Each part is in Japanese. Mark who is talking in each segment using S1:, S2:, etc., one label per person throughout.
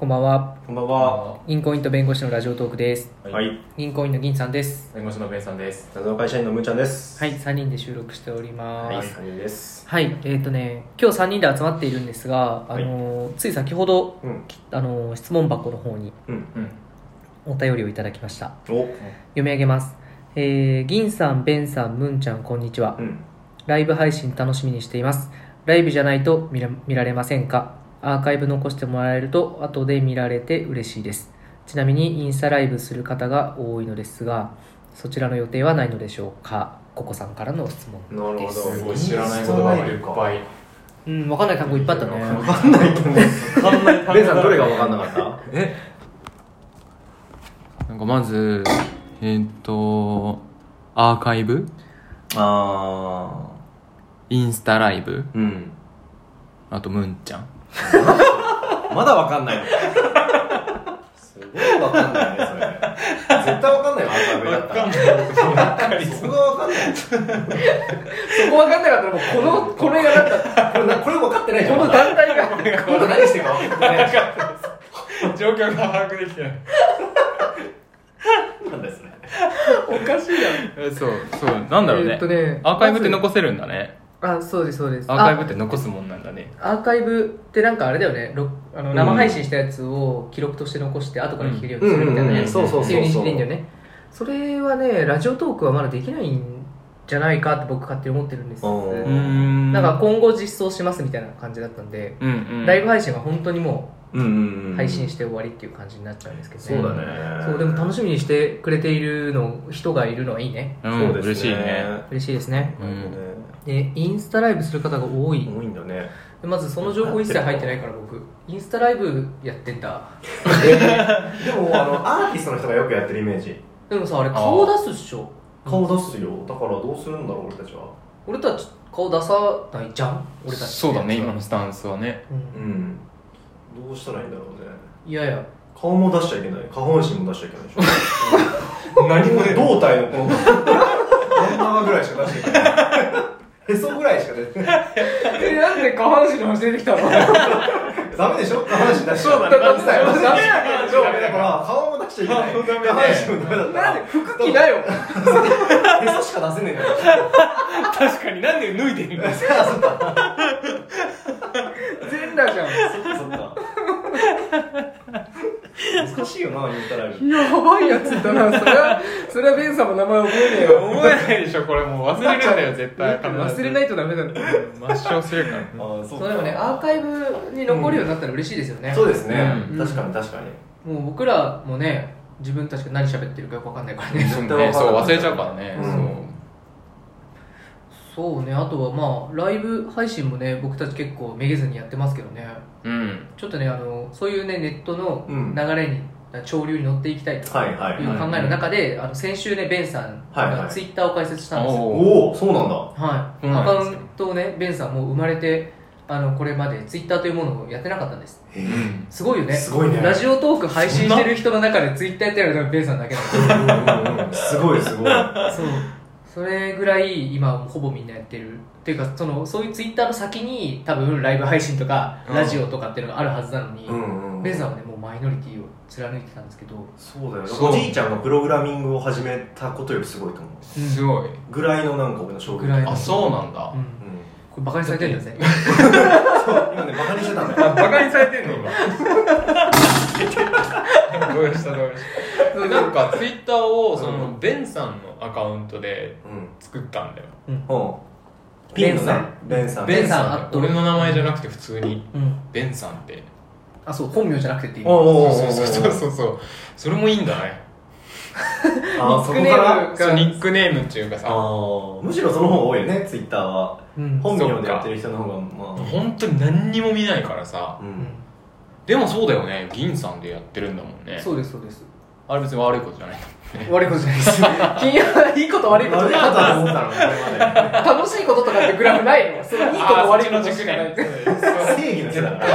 S1: こんばんは。
S2: こんばんは。
S1: 銀行員と弁護士のラジオトークです。
S2: はい。
S1: 銀行員の銀さんです。
S3: 弁護士のベンさんです。
S2: 謎の会社員のむーちゃんです。
S1: はい、3人で収録しておりま
S2: はい。
S1: す。
S2: 三人です。
S1: はい、えっ、とね、今日3人で集まっているんですが、あのーつい先ほど、
S2: うん。
S1: あのー質問箱の方に
S2: うん。
S3: うん。
S1: お便りをいただきました。
S2: お。
S1: 読み上げます。えー、銀さん、ベンさん、ムンちゃん、こんにちは
S2: う。ん。
S1: ライブ配信楽しみにしています。ライブじゃないと見ら見られませんかアーカイブ残してもらえると後で見られて嬉しいです。ちなみにインスタライブする方が多いのですが、そちらの予定はないのでしょうかココさんからの質問。
S2: なるほど。
S3: すごい知らない言葉がいっぱい。
S1: うん、わかんない単語いっぱいあった
S3: わ
S1: ね。
S3: かんないと思う。わかんない単語だらけ
S2: レイさんどれが分かんなかった？
S4: えなんかまずえーっとアーカイブ
S2: あ
S4: インスタライブ
S2: ー。うん。
S4: あとムンちゃん
S2: まだ分かんないの。すごい分かんないねそれ。絶対分かんないよアーカイブだったら。そこが分かんない。
S1: そこわかんなかったらもうこの、この映画だった。
S2: これなこれ分かってないじゃん。
S1: この
S2: まだ
S1: 団体が。
S2: この何してるか分かんない。
S3: 状況が把握できてない。
S2: なんだよそれ。
S1: おかしいやん。
S4: えそうそうなんだろうね,、
S1: えーっとね
S4: アーカイブって残せるんだね
S1: あ、そうです、そうです。
S4: アーカイブって残すもんなんだね
S1: アーカイブってなんかあれだよねろあの
S4: うん
S1: 生配信したやつを記録として残して後から聞けるようにするみたいな
S2: うんうんうん
S1: ね
S2: うんそうそうそうそう
S1: っていう認識でいいんだよねそれはねラジオトークはまだできないんじゃないかって僕勝手に思ってるんです
S2: う
S4: うー
S2: ん
S4: ん
S1: なんか今後実装しますみたいな感じだったんで、
S4: うんうん
S1: ライブ配信は本当にも
S2: うんうんう。
S1: うん配信して終わりっていう感じになっちゃうんですけど
S2: そうだね。
S1: そうでも楽
S2: し
S1: しみにしてくれているの人がいるのはいいね
S4: うん
S2: そうですね。
S4: 嬉しいね
S1: 嬉しいですね
S2: なるほどね。
S1: でインスタライブする方が多い
S2: 多いんだね。
S1: でまずその情報一切入ってないから僕インスタライブやってんだ
S2: でもあのアーティストの人がよくやってるイメージ
S1: でもさあれ顔出すっしょ
S2: 顔出すよだからどうするんだろう俺たちは
S1: 俺たち顔出さないじゃん俺たち
S4: そうだね今のスタンスはね
S1: うん
S2: んどうしたらいいんだろうね
S1: いやいや
S2: 顔も出しちゃいけない下半身も出しちゃいけないでしょ何もね胴体のこの真ん中ぐらいしか出しちゃいけないへそぐらいしか出てない
S1: えなんで下半身の話出てきたの
S2: ダメでしょ下半身出しちゃ
S3: そうだね
S2: ダメだよ
S1: ダメだよ
S2: ダメだから顔も出しちゃいけない
S3: 顔もダメね
S2: 下半身もダメだったら
S1: 服着なよ
S2: へそしか出せねえから
S3: 確かになんで脱いでるんですか。
S2: そっか
S1: 全裸じゃん
S2: そっかそっか難しいよな言ったら
S1: やばいやつだなそれはそれはベンさんも名前覚えねえよ
S3: 思えないでしょこれもう忘れるんだよ絶対。。
S1: 忘れない いとダメだね
S4: 抹消するからね
S2: ああそ
S1: そうでもねアーカイブに残るようになったら嬉しいですよね、
S2: そうですね、
S1: うん
S2: 確かに確かに
S1: もう僕らもね自分たちが何喋ってるかよくわかんないからね
S4: そうねそう忘れちゃうからね、
S2: うん
S1: そうねあとはまあライブ配信もね僕たち結構めげずにやってますけどね
S4: そううん
S1: ちょっとねあのそういうねネットの
S2: うん
S1: 流れに、潮流に乗っていきたいという考
S2: はいはい
S1: え
S2: はい
S1: の中で、あの先週ねベンさん
S2: はい
S1: が
S2: はい
S1: ツイッターを開設したんですよ、
S4: お
S2: おおそうなんだ
S1: はい
S4: そうな
S1: アカ
S4: んです
S1: ウ
S4: よ
S1: ントをねベンさんもう生まれてあのこれまでツイッターというものをやってなかったんです
S4: うん
S1: すごいよね
S2: すごいね
S1: ラジオトーク配信してる人の中でツイッターやってるのはベンさんだけなんですよ
S2: すごいすごい
S1: そうそれぐらい今ほぼみんなやってるっていうかそのそういうツイッターの先に多分ライブ配信とか
S4: うん
S1: ラジオとかっていうのがあるはずなのに、
S2: ん
S1: ベンさんはねもうマイノリティを貫いてたんですけど、
S2: そうだよね
S4: そう
S2: おじいちゃんがプログラミングを始めたことよりすごいと思う
S4: すごい
S2: ぐらいのなんか俺の衝撃
S1: ぐらいの
S4: あそうなんだ
S1: うん、
S2: うん
S1: これバカにされてる んだよね
S2: そう今ねバカにしてたんだよ
S4: バカにされてんの今どうしたどうした なんかツイッターをその、
S2: う
S4: ベンさんのアカウントで
S2: うん
S4: 作ったんだよ
S2: うんピ
S1: ベ
S2: ンの
S1: ンさ
S2: ね
S1: ん
S2: ベンさん
S1: ベンさん
S4: ね
S1: あと
S4: 俺の名前じゃなくて普通に
S1: うん
S4: ベンさんって
S1: あそう本名じゃなくてっていう
S2: おうおうおうおう
S4: そうそうそうそうそうそれもいいんだね
S2: あーそ
S1: ニックネーム
S2: こから
S1: が
S4: そうニックネームっていうか
S2: あ
S4: さ
S2: ーむしろその方が多いよねツイッターは
S1: うん
S2: 本名でやってる人の方がまあ
S4: 本当に何にも見ないからさ
S2: う
S1: うんん
S4: でもそうだよね銀さんでやってるんだもんね
S1: そうですそうです
S4: あれ別に悪いことじゃない
S1: 悪いことじゃないです 金曜いいこと悪いこと
S2: 悪いことだと思ったのこれまで
S1: 楽しいこととかってグラフないのそのいいこと
S4: あー
S1: 悪い
S4: そ
S1: こ
S4: っち
S1: と
S4: の
S1: し
S4: 軸
S1: かない
S4: ね
S2: 正義の人だか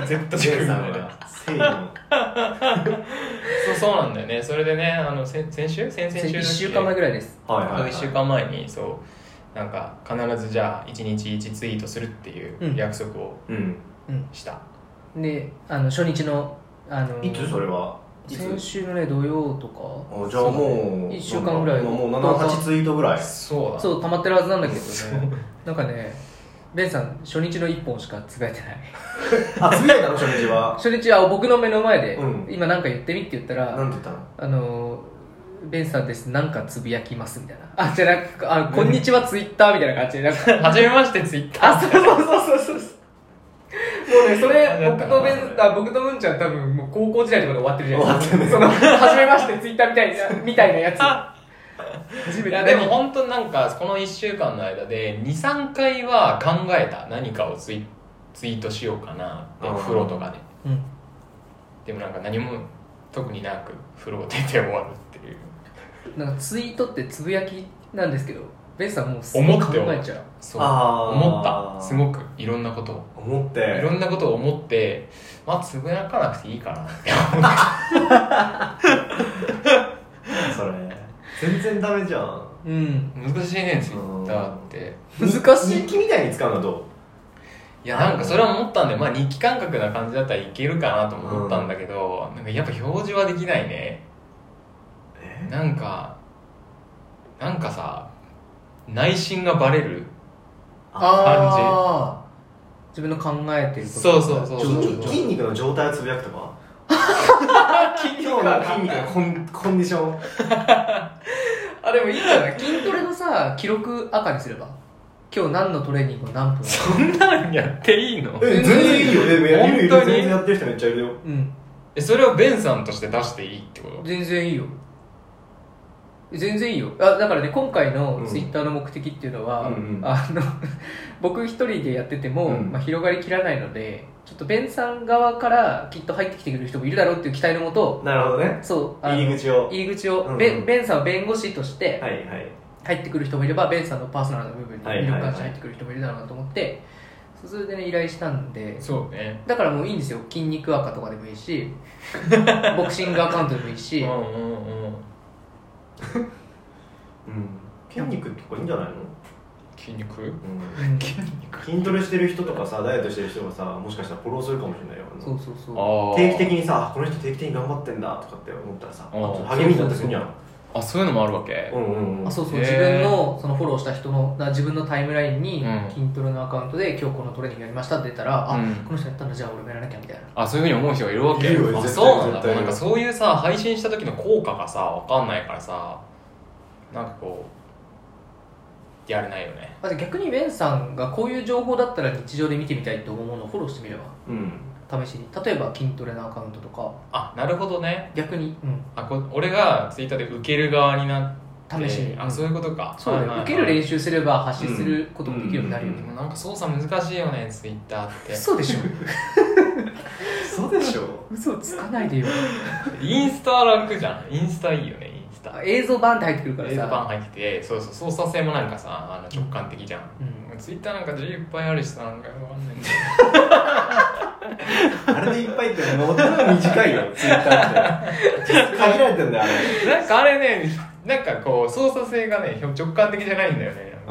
S2: ら
S4: 絶対
S2: ジェ
S4: 軸
S2: イ
S4: に
S2: さ
S4: なんるよね
S2: は正義の
S4: そうそうなんだよねそれでねあの先先週先々週
S1: 1
S4: の
S1: 週間前ぐらいです
S2: はいはい、はい、
S4: 1週間前にそうなんか必ずじゃあ1日1ツイートするっていう約束を
S2: うん
S4: した、
S1: であの初日のあの
S2: いつそれはいつ
S1: 先週のね土曜とか
S2: あじゃあもう
S1: 一週間ぐらい
S2: もう78ツイートぐらい
S4: そうだ
S1: そう溜まってるはずなんだけどねなんかねレンさん初日の1本しかつぶやいてない
S2: あつぶやいたの初日は
S1: 初日は僕の目の前で、
S2: うん
S1: 今なんか言ってみって言ったら
S2: なんて言ったの
S1: あのベンさんですなんかつぶやきますみたいなあじゃなくあこんにちはツイッターみたいな感じでなんか
S4: 初めましてツイッター
S1: あそうそうそうそうそうもうねそれ
S4: なん
S1: 僕
S4: だ
S1: と
S4: ろう
S1: ベ
S4: な
S1: ンあ僕とムンちゃん多分もう高校時代とかで終わってるじゃないですか
S2: 終
S1: その初めましてツイッターみたいなみたいなやつ初めて
S4: いやでも本当なんかこの1週間の間で23回は考えた何かをツイツイートしようかなって
S2: あー
S4: 風呂とかで
S1: うん
S4: でもなんか何も特になく風呂出て終わるっていう
S1: なんかツイートってつぶやきなんですけどベンさんもうす
S4: 思
S1: ぐ
S4: っ
S1: 考
S4: て
S1: えちゃう
S4: そう
S2: あー
S4: 思ったすごくいろんなことを
S2: 思っ
S4: い
S2: て
S4: ろんなことを思ってまあつぶやかなくていいかなって
S2: それ全然ダメじゃん
S1: うん
S4: 難しいねツイッターって
S1: 難しい
S2: 日記みたいに使うのはど
S4: いやなんかそれは思ったんで、まあ、日記感覚な感じだったらいけるかなとも思ったんだけど、なんかやっぱ表示はできないねなんかなんかさ内心がバレる
S1: あー自分の考えてること
S4: そうそうそう
S2: う
S1: ち
S4: そ
S1: ょ
S4: う
S1: ちょちょ
S2: 筋肉筋肉の状態をつぶやくとか 筋肉の筋肉のコンコンディション
S1: あでもいいんじゃない 筋トレのさ記録赤にすれば今日何のトレーニングを何分
S4: そんなのやっていいの
S2: え全然いいよねいやいるいる
S4: 本当に
S2: 全然やってる人めっちゃいるよ
S1: うん
S4: えそれをベンさんとして出していいってこと
S1: 全然いいよ全然いいよあだからね今回の
S2: うん
S1: ツイッターの目的っていうのは、
S2: うんうん
S1: あの 僕一人でやってても、
S2: うん
S1: まあ、広がりきらないのでちょっとベンさん側からきっと入ってきてくれる人もいるだろうっていう期待のもと
S2: なるほどね
S1: そうあの
S2: 入り口を
S1: 入り口を、
S2: うんうん
S1: ベンベンさんは弁護士として
S2: はいはい
S1: 入ってくる人もいればベンさんのパーソナルな部分に
S2: はい
S1: 魅力感して
S2: は
S1: 入っ
S2: いはい
S1: てくる人もいるだろうなと思って、それでね依頼したんで
S4: そうね
S1: だからもういいんですよ筋肉赤とかでもいい しボクシングアカウントでもいいし、
S4: うんうんうん
S2: うん筋肉とかいいんじゃないの、
S4: 筋
S2: う
S4: 肉
S1: うん
S4: 筋肉
S2: ん、筋トレしてる人とかさダイエットしてる人がさもしかしたらフォローするかもしれないよ
S1: そうそうそう
S4: ああ
S2: 定期的にさこの人定期的に頑張ってんだとかって思ったらさ
S4: あー
S2: 励みになってくんやん
S4: あそういうのもあるわけ
S2: うんうんうん
S1: あそうそう
S4: へー
S1: 自分のそのフォローした人のだから自分のタイムラインに
S4: うん
S1: 筋トレのアカウントで今日このトレーニングやりましたって出たら、
S4: うん
S1: あこの人やったんだじゃあ俺もやらなきゃみたいな
S4: あそういうふうに思う人がいるわけ
S2: いるよ
S4: あ
S2: 絶対
S4: そうなんだ
S2: 絶対いる
S4: なんかそういうさ配信した時の効果がさわかんないからさなんかこうやれないよね
S1: あじゃあ逆にベンさんがこういう情報だったら日常で見てみたいと思うものをフォローしてみれ
S2: うん
S1: ば試しに例えば筋トレのアカウントとか
S4: あなるほどね
S1: 逆に、うん、
S4: あこ俺がツイッターで受ける側になって
S1: 試しに、
S4: あそういうことか
S1: そうだよ、
S4: はいはいはい
S1: 受ける練習すれば発信することもできるようになるよね、
S4: でもなんか操作難しいよねツイッターって
S1: 嘘でしょ
S2: そうでしょ
S1: 嘘つかないで よ
S4: インスタは楽じゃんインスタいいよねインスタ
S1: あ映像バンって入ってくるから
S4: 映像版
S1: さ
S4: 入っててそうそう操作性もなんかさあの直感的じゃん、
S1: う
S4: ツイッターなんか自由いっぱいあるしさなんかわかんないんだよ
S2: あれでいっぱいってもともと短いよツイッター って実際限られてんだよあれ
S4: なんかあれね、なんかこう操作性がね、直感的じゃないんだよね。
S2: う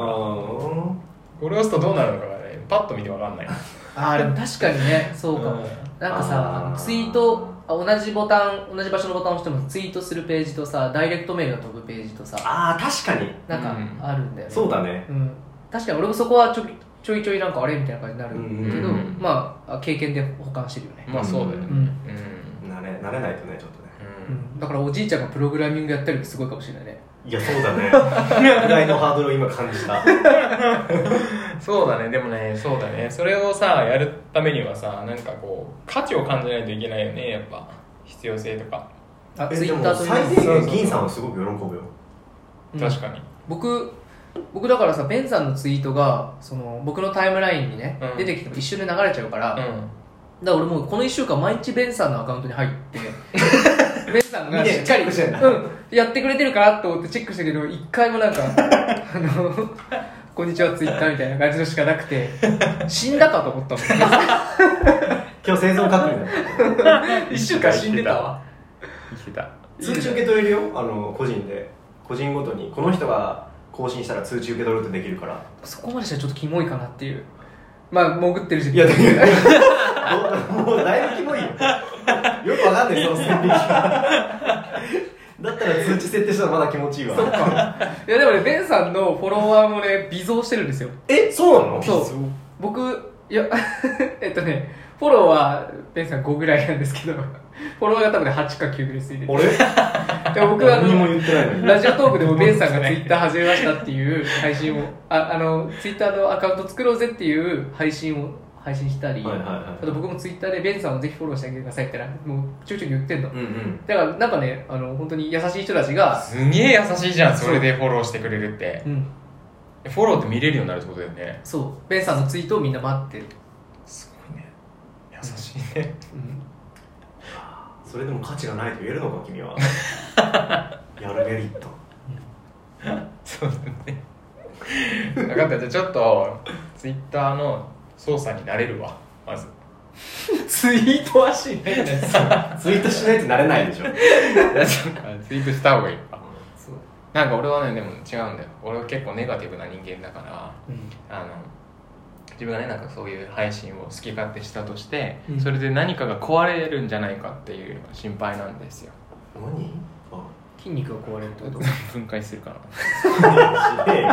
S4: これを押すとどうなるのかがね、パッと見てわかんない。
S1: あーでも確かにねそうかも、
S4: うん
S1: なんかさ
S2: あー
S1: ツイートあ同じボタン同じ場所のボタンを押してもツイートするページとさダイレクトメールが飛ぶページとさ
S2: ああ確かに
S1: なん
S4: うん
S1: かあるんだよね、
S2: そうだね
S1: うん確かに俺もそこはちょきちょいちょいなんかあれみたいな感じになる
S2: うん
S1: けど、
S4: うん
S1: まああ経験で保管してるよね、
S4: まあそうだよね。
S1: う
S4: うんん。
S2: 慣れ慣れないとねちょっとね
S1: う
S4: うん
S1: んだからおじいちゃんがプログラミングやったりすごいかもしれないね
S2: いやそうだねぐらいのハードルを今感 じた
S4: そうだね、でもね、そうだね。それをさ、やるためにはさ、なんかこう、価値を感じないといけないよね、やっぱ。必要性とか。
S1: あ
S2: え
S1: ツイ
S2: で
S1: ッ
S2: も
S1: ターというのは
S2: 最低限銀さんはすごく喜ぶよ
S1: うん
S4: 確かに。
S1: 僕僕だからさベンさんのツイートがその僕のタイムラインにね、
S4: うん
S1: 出てきても一瞬で流れちゃうから、だか
S4: うん。
S1: ら俺もうこの1週間毎日ベンさんのアカウントに入って ベンさんが
S2: 見
S1: してっかり
S2: チェックしてんだ
S1: うん、やってくれてるかなと思ってチェックしたけど一回もなんか「あ のこんにちはツイッター」みたいな感じのしかなくて死んだかと思ったも ん
S2: 今日生存確認だよ
S1: 1週間死んでたわ
S4: 生きてた。
S2: 通知受け取れるよあの個人で個人ごとにこの人が更新したら通知受け取るってできるから
S1: そこまでしたらちょっとキモいかなっていうまあ潜ってる時
S2: いや
S1: 点
S2: で
S1: で
S2: ももうだいぶキモいよよくわかんないその線引きがだったら通知設定したらまだ気持ちいいわ
S1: そっかいやでもねベンさんのフォロワーもね微増してるんですよ
S2: えそうなの
S1: そう僕いや えっとねフォローはベンさん5ぐらいなんですけどフォロワーが多分ね8か9ぐらいついてる
S2: 俺
S1: で僕はあ
S2: 何も
S1: の
S2: 言ってないのに
S1: ラジオトークでもベンさんがツイッター始めましたっていう配信をああのツイッターのアカウント作ろうぜっていう配信を配信したり、
S2: はいはいはい
S1: あと僕もツイッターでベンさんをぜひフォローしてあげてくださいって言ったらもうちょいちょい言ってんの、
S2: うんうん
S1: だからなんかねあの本当に優しい人たちが、
S4: すげえ優しいじゃんそれでフォローしてくれるって
S1: うん、
S4: フォローって見れるようになるってことだよね
S1: そうベンさんのツイートをみんな待ってる、
S4: すごいね優しいね
S1: うん、
S2: それでも価値がないと言えるのか 君はやるメリット
S4: そうだね分かったじゃあちょっとツイッターの操作になれるわまず
S1: ツイートはしないですよ
S2: ツイートしないとなれないでしょ
S4: ツイートした方がいいわ
S1: そう、
S4: なんか俺はねでも違うんだよ俺は結構ネガティブな人間だから
S1: うん
S4: あの自分がねなんかそういう配信を好き勝手したとして、
S1: うん
S4: それで何かが壊れるんじゃないかっていう心配なんですよ
S2: 何あ
S1: 筋肉が壊れるってこと
S4: 分解するかな
S2: しねえよ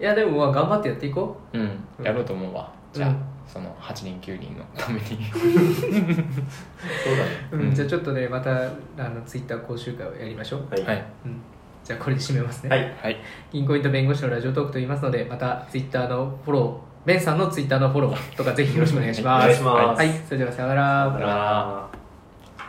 S1: いやでもまあ頑張ってやっていこ
S4: うんやろうと思うわじゃあ、
S1: うん
S4: その8人9人のために
S2: そうだね
S1: う、
S4: うん
S1: うん、じゃあちょっとねまたあのツイッター講習会をやりましょう、
S2: はい
S4: はい
S1: うん、じゃあこれで締めますね、
S2: はい
S4: はい
S1: 銀行員と弁護士のラジオトークと言いますのでまたツイッターのフォローベンさんのツイッターのフォローとかぜひよろしくお願いし
S2: お
S1: ま
S2: 願い
S1: す
S2: します、
S1: はいそれではさようなら
S2: さよなら